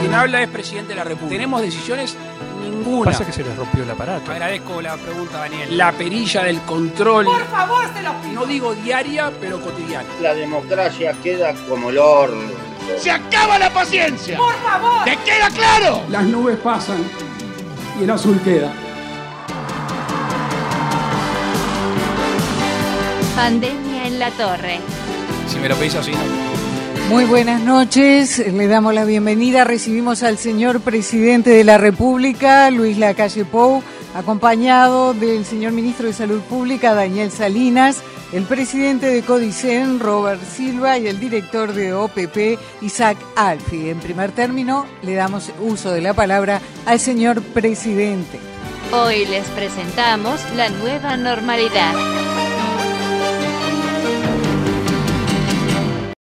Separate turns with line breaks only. quien habla es presidente de la República. Tenemos decisiones ninguna.
Pasa que se les rompió el aparato.
Agradezco la pregunta, Daniel.
La perilla del control,
Por favor, se los pido.
no digo diaria, pero cotidiana.
La democracia queda como el horno.
¡Se acaba la paciencia!
Por favor.
¡Te queda claro!
Las nubes pasan y el azul queda.
Pandemia en la torre.
Si me lo pedís así, no.
Muy buenas noches, le damos la bienvenida. Recibimos al señor presidente de la República, Luis Lacalle Pou, acompañado del señor ministro de Salud Pública, Daniel Salinas, el presidente de Codicen, Robert Silva, y el director de OPP, Isaac Alfi. En primer término, le damos uso de la palabra al señor presidente.
Hoy les presentamos la nueva normalidad.